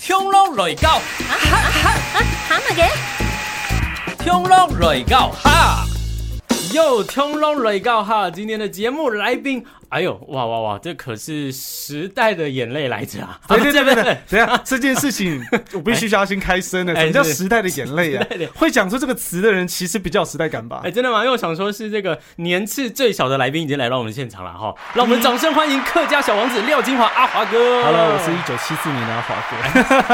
평롱 러이가오 하하 하마게? 평롱 러이가오 하哟，听龙雷告哈！今天的节目来宾，哎呦，哇哇哇，这可是时代的眼泪来着啊！ 对对对对啊对， 等一下这件事情我必须要先开声的。哎什么叫是时代的眼泪 啊时代的？会讲出这个词的人，其实比较有时代感吧哎、？真的吗？因为我想说，是这个年次最小的来宾已经来到我们现场了哈，让我们掌声欢迎客家小王子廖金华阿华 哥。好了，我是一九七四年的华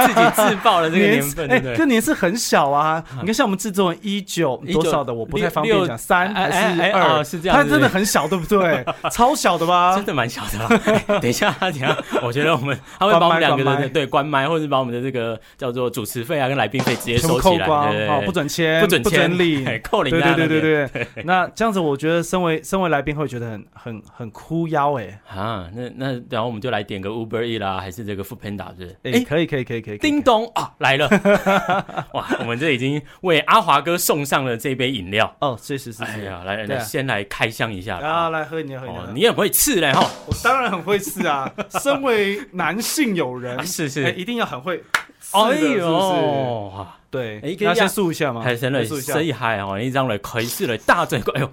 哥，自己自爆哎了这个年份，对哎，不对？这 年是很小啊。你看，像我们制作人一九19多少的，我不太方便六讲，三哎还哎哎是哦二？是这样他真的很小，对 不对？超小的吧真？的蛮小的啦、 哎等一下，等一下，我觉得我 们他会把我们两个关麦的对关麦，或者把我们的这个叫做主持费啊跟来宾费直接全部收起扣来，光对哦，不准签，不准不准签 领，哎扣零对在那对对边对对。 那这样子，我觉得身为身为来宾会觉得很很很哭腰哎啊，那那然后我们就来点个 Uber E 啦，还是这个 Food Panda 是不是？哎，哎，可以可以可以可以，可以叮咚啊，来 了！ 哇，我们这已经为阿华哥送上了这杯饮料。哦，是是是哎是。呀，来对来，啊先来开箱一下啊，啦。来喝饮料，喝饮料哦，。喝饮你也料很会刺嘞哈！我当然很会刺 啊，身为男性友人啊，是哎是，哎一定要很会刺的，是不是？，哇对哎，可以那啊先漱一下嘛，还真的先漱一下，厉害哦！你让人开始了大嘴怪，哎呦，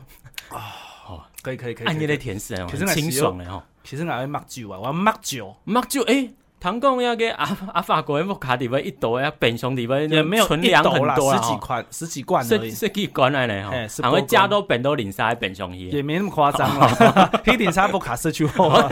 可以可以可以。按你可的以甜食哦，其很实我清爽的哦。其实我要抹酒啊，我要抹酒，目睭诶，欸唐啊讲要给阿阿法国的莫卡里边一斗啊，本熊里边也没有存一粮斗很啦，多十啊，几哦款十几罐而设已，哎设计关来啊嘞吼嘿，是还会包加到装本都领沙本熊伊。也没那么夸张啦。哦 黑点沙布卡社区后啊，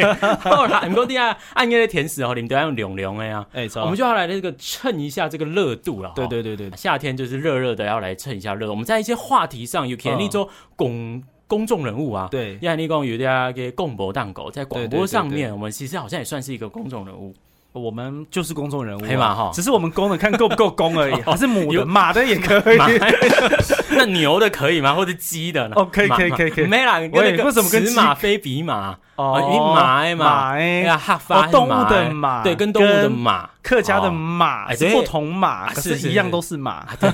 好啦，唔过啲啊，按个甜食哦，你们都要用凉凉的呀。哎，我们就要来这个蹭一下这个热度了哦。对对对对，对夏天就是热热的，要来蹭一下热度。我们在一些话题上，有可能做公公众人物啊，对亚尼公有的给共博档狗，在广对对播对上对面，我们其实好像也算是一个公众人物。我们就是公众人物啊，黑马哈哦只是我们公的看够不够公而已，还是母有的，马的也可以马。 那牛的可以吗？或者鸡的呢？哦可以可以马可以可以没啦，喂那个为什么跟此鸡马非彼马？因为马哎哦马哎哎呀，哈发哎哦动物的马对，跟动物的跟马。客家的哦马哎是对不同马，啊可是是是一样都是马。啊，对，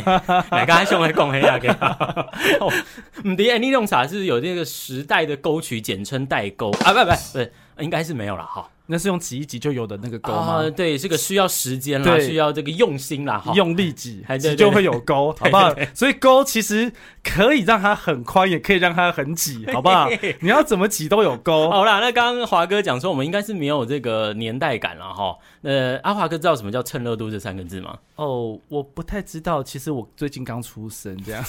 来，刚才兄弟讲黑啊， 给，哦，唔对，哎你用啥是有这个时代的沟渠，简称代沟啊，不不不是，应该是没有了哈。那是用挤一挤就有的那个钩吗啊，？对，这个需要时间啦，对需要这个用心啦，哈。用力挤哎，对挤对就会有钩， 对好不好？所以钩其实可以让它很宽，也可以让它很 挤，好不好嘿嘿嘿？你要怎么挤都有钩。好啦，那刚刚华哥讲说，我们应该是没有这个年代感了哈。呃，阿华哥知道什么叫蹭热度这三个字 吗？哦，我不太知道，其实我最近刚出生， 这样。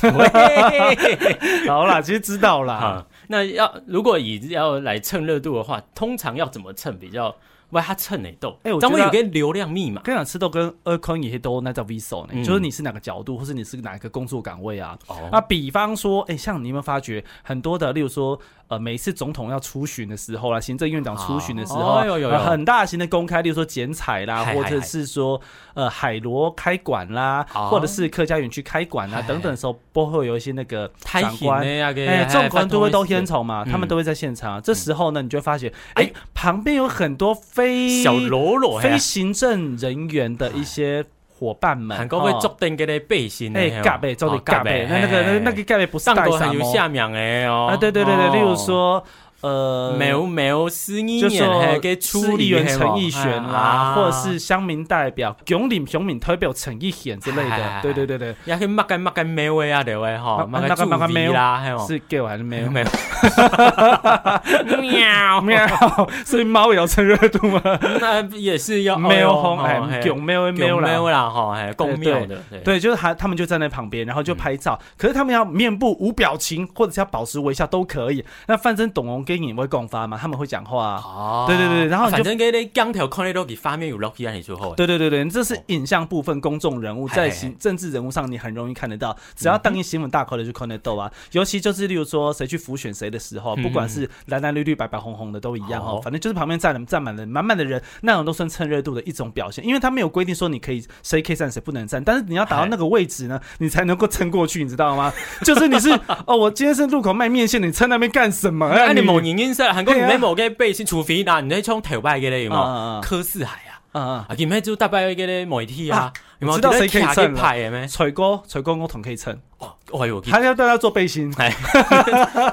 喂好啦，其实知道啦。好，那要如果以要来蹭热度的话，通常要怎么蹭比较？喂，他蹭哪豆？哎我张觉伟得有个流量密码跟你讲，吃豆跟二坤也都那叫 viso 呢，嗯就是你是哪个角度，或是你是哪个工作岗位啊？哦那比方说，哎、像你有没有发觉很多的，例如说，呃，每一次总统要出巡的时候啦，行政院长出巡的时候啊、哦有有哎呃有很大型的公开，例如说剪彩啦，嗨或嗨者嗨是说，呃，海螺开馆啦，哦或者是客家园区开馆啦嗨等等的时候，都会有一些那个太长行官了。呀，给哎，纵观都会都天天朝嘛，他们嗯都会在现场啊。这时候呢，你就会发觉，哎哎，旁边有很多非小喽啰嘿非啊，行政人员的一些伙伴们，韩国会哦做定给你背心的哎嘿哦，盖被，照的哦盖被，那那个那那嘿个盖被不是上带头啥很有吗？下面的哦。啊，对对对哦对，例如说呃，苗苗司议就员还给说处市理议员陈奕嘿啊迅嘛啦，或者是乡民代表熊岭熊敏代表陈奕迅之类哎哎哎的，对对对对，也去抹干抹干苗的啊，对喂吼，啊抹干那个注抹意干啦，嘿哦，是 gay 还是没有？没有喵喵， 喵，所以猫也要蹭热 度吗？那也是要没有哦红，哎，囧囧没有没有啦，喵啦吼，嘿，公庙的对对，就是他他们就站在旁边，然后嗯就拍照。可是他们要面部无表情，或者是要保持微笑都可以。那范正、董荣跟你会共发吗？他们会讲话、啊。哦对对对然后你就反正给你江条看你都给发面有 lucky 让你最后，对对对对，这是影像部分，公众人物嗨在嗨行政治人物上，你很容易看得到。只要当一新闻大块的就看得到啊，尤其就是例如说谁去浮选谁的时候，嗯不管是蓝蓝绿绿、白白红红的都一样好哦，反正就是旁边站了站满了满满的人，那种都算蹭热度的一种表现，因为他没有规定说你可以谁可以站谁不能站，但是你要打到那个位置呢，你才能够撑过去，你知道吗？ 就是你是哦，我今天是路口卖面线，你撑那边干什么？哎，哎，你某人认识韩国对啊没某个背心，除非啦，你在冲头摆给你有没有？啊柯四海啊，啊啊！啊，你们就大摆给你某一天啊啊，有没有？我知道谁可以蹭了拍的咩？锤哥，锤哥我同可以撑。哦，哎 呦，我还要大家做背心，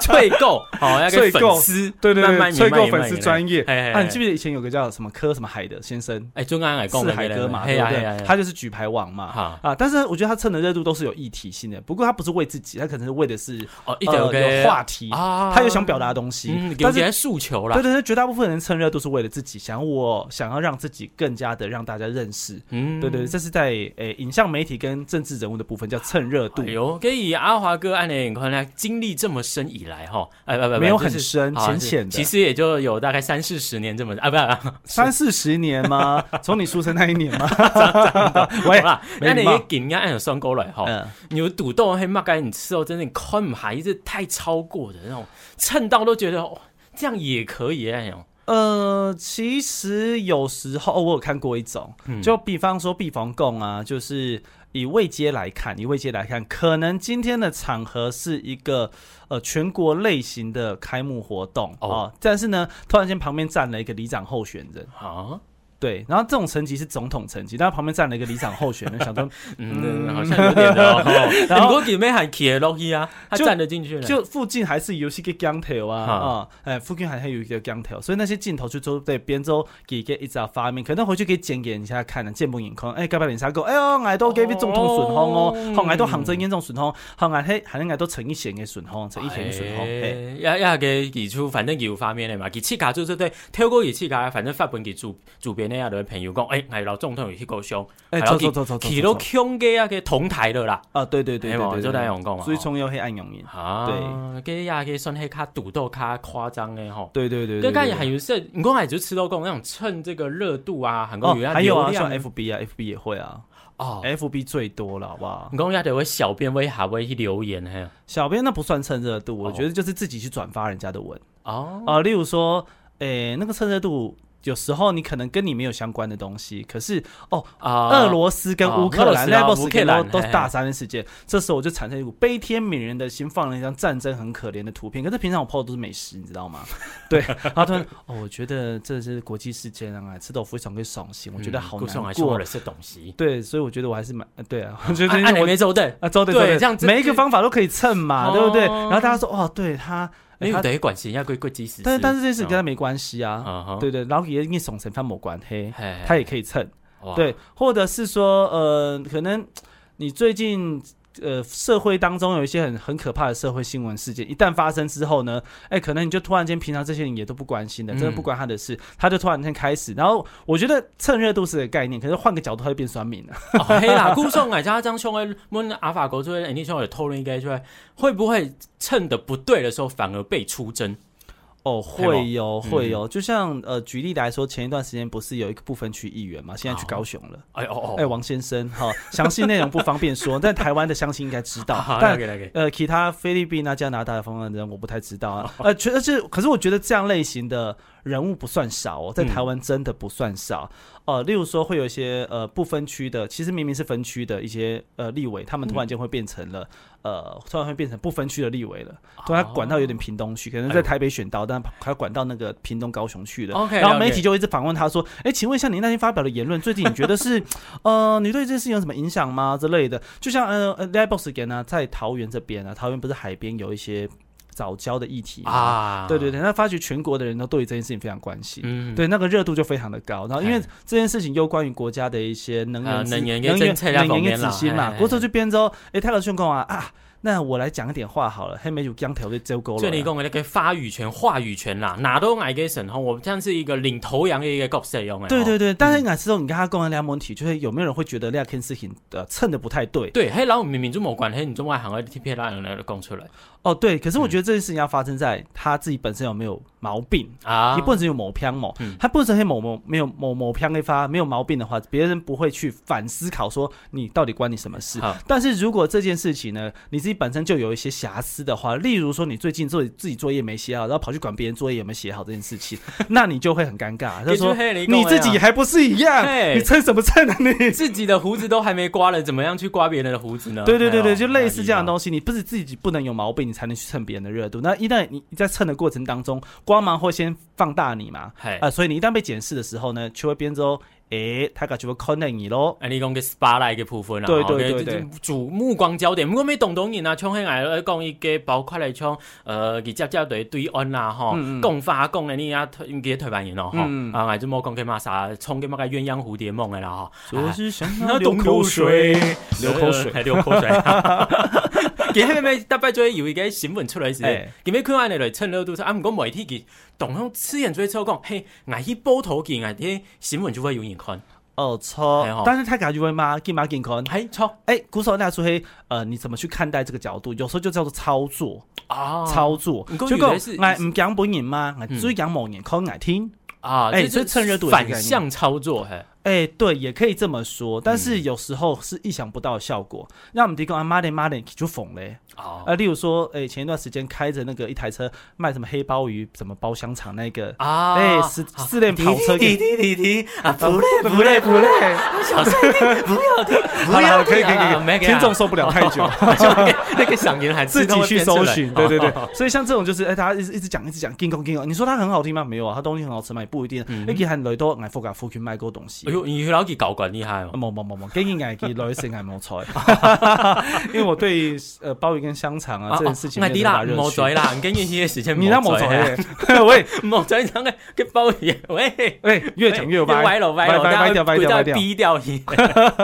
脆购，好哦要给脆购粉丝对对慢对，慢所演以慢够演粉丝专业。哎啊，你记不记得以前有个叫什么柯什么海的先生，哎，中安海共四海哥嘛，嘿对不呀嘿呀对？，他就是举牌王嘛。哈啊，但是我觉得他蹭的热度都是有议题性的，不过他不是为自己，他可能是为的是哦，一呃点有有个话题，啊他有想表达的东西嗯，，有但是点诉求啦对，对对，绝大部分人蹭热度是为了自己，想我想要让自己更加的让大家认识。嗯，对对对，这是在诶、影像媒体跟政治人物的部分叫蹭热度哎，呦，跟以阿华哥按的眼光来经历这么深以来哈，哎不不不，没有就是很深，好浅浅其的，实也就有大概三四十年这么 啊，不啊，三四十年吗？从你出生那一年 吗？ 喂，啦，没那礼你貌也给人家按有双沟来哈，嗯，你有赌豆黑骂该你吃哦，真的看不还是太超过的那种，蹭到都觉得哦，这样也可以哎呦，呃，其实有时候、哦我有看过一种，嗯就比方说避逢共啊，就是以位阶来看，以位阶来看，可能今天的场合是一个呃全国类型的开幕活动啊、哦但是呢，突然间旁边站了一个里长候选人，啊，对，然后这种层级是总统层级，但是旁边站了一个里长候选人，想说嗯，好像有点的 哦，然后不过姐妹喊 K L E 啊，他就站得进去了，就附近还是有一个江头啊哈啊，哎，附近还还有一个江头，所以那些镜头就都在边州给给一直要发明，可能回去给检验一下看呢，见不眼空，哎，该不眼啥够，哎呦，挨都给你总统顺风哦，哦好挨都杭州严重顺风，好挨嘿，还能挨都陈一贤的顺风，陈一贤的顺风，哎，欸也也给给出，反正有方面的嘛。其气卡就是对，透过其气卡，反正发本给主主编那样的朋友讲，哎、欸，老总统有去过凶，哎，还有走去走走走走去都走，恐个啊，给同台的啦，啊，对对对嘿对嘛对，就那对样讲嘛。所以从有黑暗永远，啊，给呀给算黑卡赌斗卡夸张的吼。对对对，跟刚才对还有是，你刚才就吃到讲那种趁这个热度啊，韩国哦语，啊还有流啊，量像 FB 啊，FB 也会啊哦， ，FB 最多了，好不好？你讲一下得会小编会还会去留言嘿。小编那不算蹭热度，我哦觉得就是自己去转发人家的文。哦，啊、例如说，诶、那个蹭热度，有时候你可能跟你没有相关的东西，可是啊俄罗斯跟乌克兰、俄罗斯啊那波乌时克间都兰都嘿嘿大三的世界，这时候我就产生一股悲天悯人的心，放了一张战争很可怜的图片。可是平常我 PO 的都是美食，你知道吗？ 对，然后突然，哦，我觉得这是国际事件啊，吃豆腐常可以爽心，嗯我觉得好故事难还过。送了些东西。对，所以我觉得我还是蛮，呃对 啊，我觉得按因为哪我边走的？啊，周对对周对这样子每一个方法都可以蹭嘛，对不对？哦然后大家说，哦，对他，没哎有他等于管闲要归归基石，但是但是这件事哦跟他没关系啊，啊哈，对对，然后也你怂成他某关黑，嘿，他也可以蹭，哎哇，对，或者是说呃，可能你最近。呃，社会当中有一些很很可怕的社会新闻事件，一旦发生之后呢，哎、可能你就突然间平常这些人也都不关心的，真的嗯不关他的事，他就突然间开始。然后我觉得蹭热度是个概念，可是换个角度他就变啊酸民了。哦嘿啦，顾送哎，加张兄哎，问阿法国出来，你兄有透露应该出来，会不会趁的不对的时候反而被出征？哦，对吗会有会有，就像呃，举例来说，前一段时间不是有一个不分区议员嘛，现在去哦高雄了。哎哦哎、哦，王先生，哈、详细内容不方便说，但台湾的乡亲应该知道。 好，来但给来给，呃，其他菲律宾啊、加拿大的方面的人我不太知道啊。哦呃，觉得是，可是我觉得这样类型的人物不算少哦，在嗯台湾真的不算少。呃，例如说会有一些呃不分区的，其实明明是分区的一些呃立委，他们突然间会变成了、呃，突然会变成不分区的立委了，突然管到有点屏东去，可能哎在呦台北选到，但还管到那个屏东、高雄去了。 OK，然后媒哎了解体就一直反问他说：“哎，请问一下，你那天发表的言论，最近你觉 得是呃，你对这件事情有什么影响吗？之类的？就像呃呃 l i b o s 给呢，在桃园这边啊，桃园不是海边有一些早教的议题吗？啊，对对，对，那发觉全国的人都对于这件事情非常关心。嗯，对，那个热度就非常的高。然后因为哎这件事情攸关于国家的一些能源啊资、能源跟能源政策那能方源面跟啦资金哎嘛哎。哎国手这边之后，哎，泰勒宣告啊啊，那我来讲一点话好了，黑美就将头就走勾了。所以你讲的那个发语权、话语权啦，哪都挨给神吼，我们像是一个领头羊的一个角色用哎，对吼对对，但是俺知道你跟他共同聊问题，就是有没有人会觉得那件事情呃蹭的不太对？对，嘿，然后明明就没管，嘿，你中外行的 T P 拉人来讲出来哦，对，可是嗯我觉得这件事情要发生在他自己本身有没有毛病，啊，你不能只有某偏某嗯，他不能只有某某没有某某偏一发没有毛病的话，别人不会去反思考说你到底关你什么事。好但是如果这件事情呢，你自己本身就有一些瑕疵的话，例如说你最近做自己作业没写好，然后跑去管别人作业有没有写好这件事情，那你就会很尴尬。他也就说嘿你讲你的自啊己还不是一样，嘿你蹭什么蹭啊 你？自己的胡子都还没刮了，怎么样去刮别人的胡子呢？对对对哎呦对，就类似这样哎的东西，你不是自己不能有毛病，你才能去蹭别人的热度。那一旦你在蹭的过程当中，光芒会先放大你嘛，呦哎啊、所以你一旦被检视的时候呢，就会变成说诶，他感觉会 connect 你咯。啊，你讲个 spotlight 嘅部分啊，对吼对嘅對對主目光焦点。我咪懂懂人啊，像喺我講伊嘅包括嚟像，呃，佢接接對對岸啦，吼，講法講嘅呢啊，嘅台灣人咯，吼，嗯啊，我就冇講嘅嘛啥，衝嘅嘛個鸳鸯蝴蝶夢嘅啦，吼，是想要流口水，流口水。係流口水。佢係咪特別最有一個新聞出嚟時，哎佢咪看下嚟趁熱度啊，唔過媒體佢同樣私人最初講，嘿，危去報道佢，危啲新聞就會有人看，哦，错哎哦。但是他感觉会骂，干嘛 c o n 係錯哎，古手那出黑，呃，你怎么去看待这个角度？有时候就叫做操作，啊，操作你。跟我就以为讲哎是，俺唔讲本人吗？俺嗯只讲某人，靠俺听。啊，哎这这趁热度也是反这个概念向操作，嘿，哎，对，也可以这么说，但嗯是有时候是意想不到的效果。那我们提供啊，妈的妈的，就疯嘞。哦啊，例如说，哎，前一段时间开着那个一台车卖什么黑鲍鱼，什么包香肠那个，啊，哎，四四辆跑车滴给滴滴滴滴啊，不累不累不累，小声一点，不要听，不好了好要了，可以可以听啊可没以，给啊听众受不了 太久，那个响铃还自己去搜寻，对对对哦，所以像这种就是，哎，大家一直一直讲一直讲，进攻进攻，你说它很好听吗？没有啊，它东西很好吃吗？也不一定，啊嗯你给很雷都爱 f o 付去卖过东西啊哎。呦，你老几搞管厉害哦，冇冇冇冇，竟然嗌佢女性係冇菜，因為我對於呃鮑魚跟香腸哦啊這件事情我沒知有那啦，麼大冇熱嘴情，啦，唔 跟住呢个时间，你那冇嘴啊， 菜欸，喂冇嘴，上嘅嘅包嘢，喂。喂，越講越歪，歪了歪了，歪歪歪掉歪掉歪掉，低调你。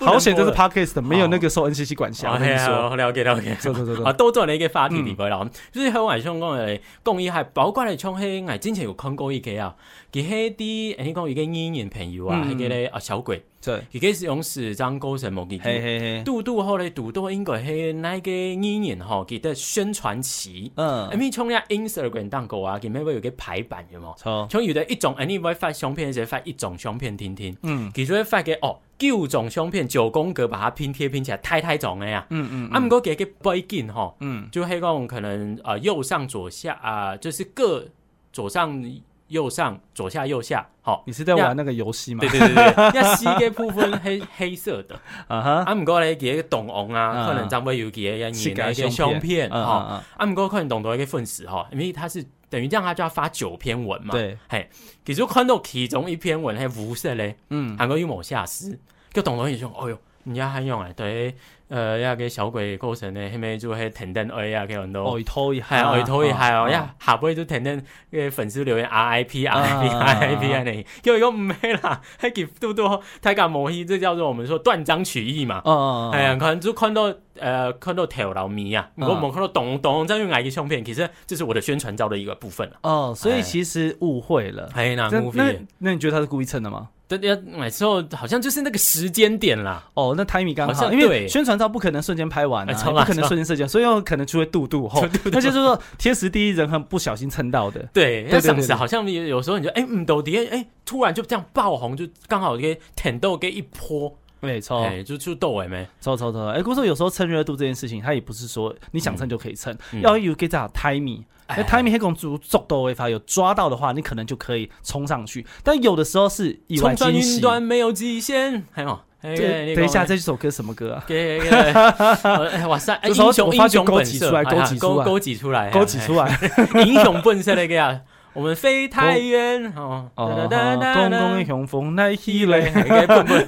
好險这是 p 拍 o d c a s t 没有那个受 NCC 管辖，哦我跟你說，啊了解 了解。走走走走啊，，都做你嘅話題嗯嚟嘅啦。所以喺我嚟講講誒，講義係包括嚟講起，我之前有看過一個啊，佢係啲誒你講已經演員朋友啊，嗯係嘅咧啊小鬼，對，佢嘅是用時裝高神冇記嘿住。嘿嘿，杜杜後嚟杜杜應該係那個演員吼，佢的宣傳期。嗯誒，，哎咪從咧 Instagram 當過啊，佢咪會有個排版嘅嘛。錯，像有的一種，誒你會發相片，就發一種相片聽聽。嗯其實會發嘅哦，九種相片九宮格把它拼貼拼起來，太太種嘅呀。嗯嗯啊，唔過佢嘅背景吼。嗯，就黑共可能呃右上左下啊、就是各左上右上左下右下，好、你是在玩那个游戏吗对？对对对， 要 C 嘅部分黑黑色的，啊哈，啊唔過咧佢嘅動昂啊，嗯可能張偉有佢嘅是演改嘅胸相片嗯哈，嗯啊唔過可能動到一個粉絲哈，因為他是等於這樣，他就要發九篇文嗯，嘛，對，嘿，其實我看到其中一篇文係無色咧，嗯，韓國有某下詩，叫動到英雄，哎呦。人家很用啊，對，呃，一個小鬼構成咧，係咪就係停燈位啊？叫人都外套也系啊，外套也系哦，嗯呀，下辈都聽聽嘅粉絲留言 RIP 啊 RIP RIP 啊你，叫如果唔係啦，係給嘟嘟太敢無去，這叫做我們說斷章取義嘛。嗯，哎呀，可能就看到呃看到條流迷啊，如果嗯我們看到懂懂再用哪一個相片，其實這是我的宣傳照的一個部分啊。哦，所以哎其实误会了。哎呀，那那 movie，那那你觉得他是故意蹭的吗？但要那时候好像就是那个时間點啦，哦，那 timing 刚好好，像因为对宣传照不可能瞬间拍完啊，哎也超不啊可能超瞬间射箭，所以有可能就会度 度后，那就是说天时地利人和不小心蹭到的。对，对那对上对次对好像有有時候你就哎唔到底哎突然就這樣爆紅，就剛好給舔豆給一波，没错，哎就出豆尾咩？错错错。哎，故说有时候蹭热度这件事情，它也不是说你想蹭就可以蹭，嗯要有给咋 timing。那哎 timing 黑公主捉到位法有抓到的话，你可能就可以冲上去。但有的时候是意外冲穿惊云喜。端没有极限，还有。哎这等一下，，这首歌什么歌啊？给给，哎哇 塞，英雄英雄本色，勾勾挤出来，勾起出来。来，英雄本色那个 呀，我们飞太远哦，哦，公公的雄风那一嘞。嘞，笨笨，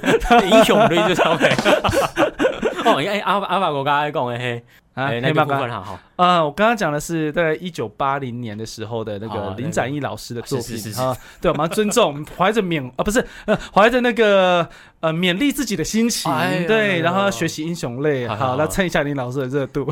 英雄类就上 来，哦，哎阿阿法国家讲的嘿，啊，哎黑那个马部哥分哈，好，啊，我刚刚讲的是大概一九八零年的时候的那哦个林展翼老师的作品是是是是啊，对，我们要尊重，我们怀着勉 啊不是呃怀着那个呃勉励自己的心情哎呀，对，然后学习英雄泪，好好好，好来蹭一下林老师的热度。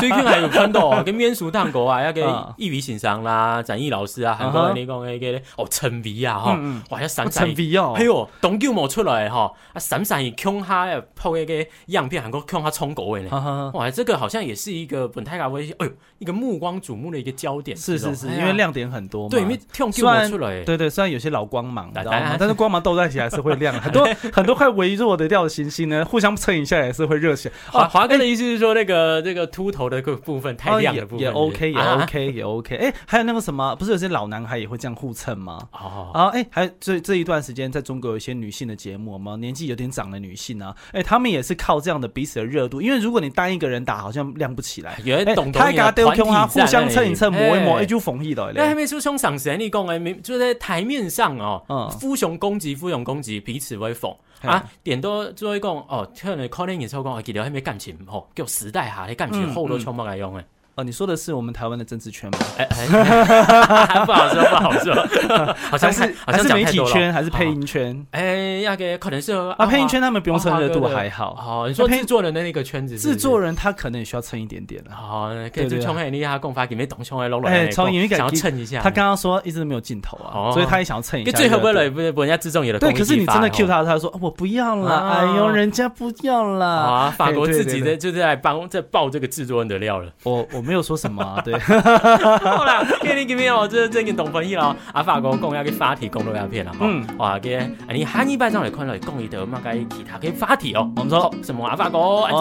最近还有看 到跟免俗蛋糕啊，要给哦易宇欣赏啦，展翼老师啊，韩国人你讲的个哦，陈皮啊哈，嗯嗯，哇，要我闪闪成 V 哦哎，呦，董舅冇出来吼，啊闪闪伊恐下诶，破一个样片，韩国恐下冲狗诶呢。 哈哈哈哇，这个好像也是一个本泰卡威，哎呦，一个目光瞩目的一个焦点。是是是，哎呀因为亮点很多嘛，对，因为董舅虽然冇出来，对对，虽然有些老光芒，你知道当吗然？但是光芒斗在一起还是会亮。很多 很多快微弱的掉的行星呢，互相蹭一下也是会热起来。华华哥的意思是说，那个这个秃头的个部分太啊哎哦亮也的部分也 OK 是也。不是啊 OK 也 OK。哎，还有那个什么，不是有些老男孩也会这样互蹭吗？哦，啊，哎，还有这这一段时间，在中国有一些女性的节目，我们年纪有点长的女性啊，哎，她们也是靠这样的彼此的热度，因为如果你单一个人打，好像亮不起来。有人哎懂哎他懂还你给他的丢团体 Q 他互相蹭一蹭，磨一磨，哎哎就缝隙了那嘞还。没出凶赏谁？你讲诶，明就在台面上哦，嗯夫雄攻击，夫雄攻击，彼此威讽嘿啊。点到最后一讲哦，可能可能演奏讲，其实还没感情吼，叫时代下迄感情嗯后都嗯全部来用诶。哦，你说的是我们台湾的政治圈吗？哎哎， 不好说，不好 说，好像还是好还像是讲媒太体多了啊圈，还是配？好音圈？哎，那个可能是啊，配音圈他们不用阿华蹭热度哥的还好，哦，你说配制作人的那个圈子是不是，制作人他可能也需要蹭一点啊点啦。哦，可对以就对冲很厉害，共发给面懂冲来搂搂，哎从因为感想要觉蹭一下，他刚刚说一直都没有镜头哦啊，所以他也想要蹭一因为下。最后不了，不是人家自重也的对，可是你真的 Q 他他，他说哦我不要啦，啊哎呦，人家不要啦。啊，法国哎对自对己对的就是在帮在爆这个制作人的料了。我我没有说什么啊，对，好啦，给你给面哦，这这个懂翻译了哦啊，法国共要去发体公路鸦片了，嗯嗯，哇，给啊你哈尼拜上来看了，共一德嘛该其他可以发体哦，我们说什么啊法国安之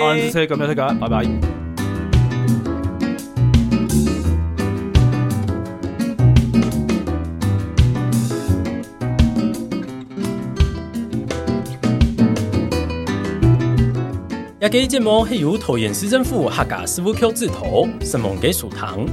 好啊，你是森。这个没有这个，拜拜。也给一节目，黑有头眼师政府，哈嘎师傅 Q 字头，什么给属堂。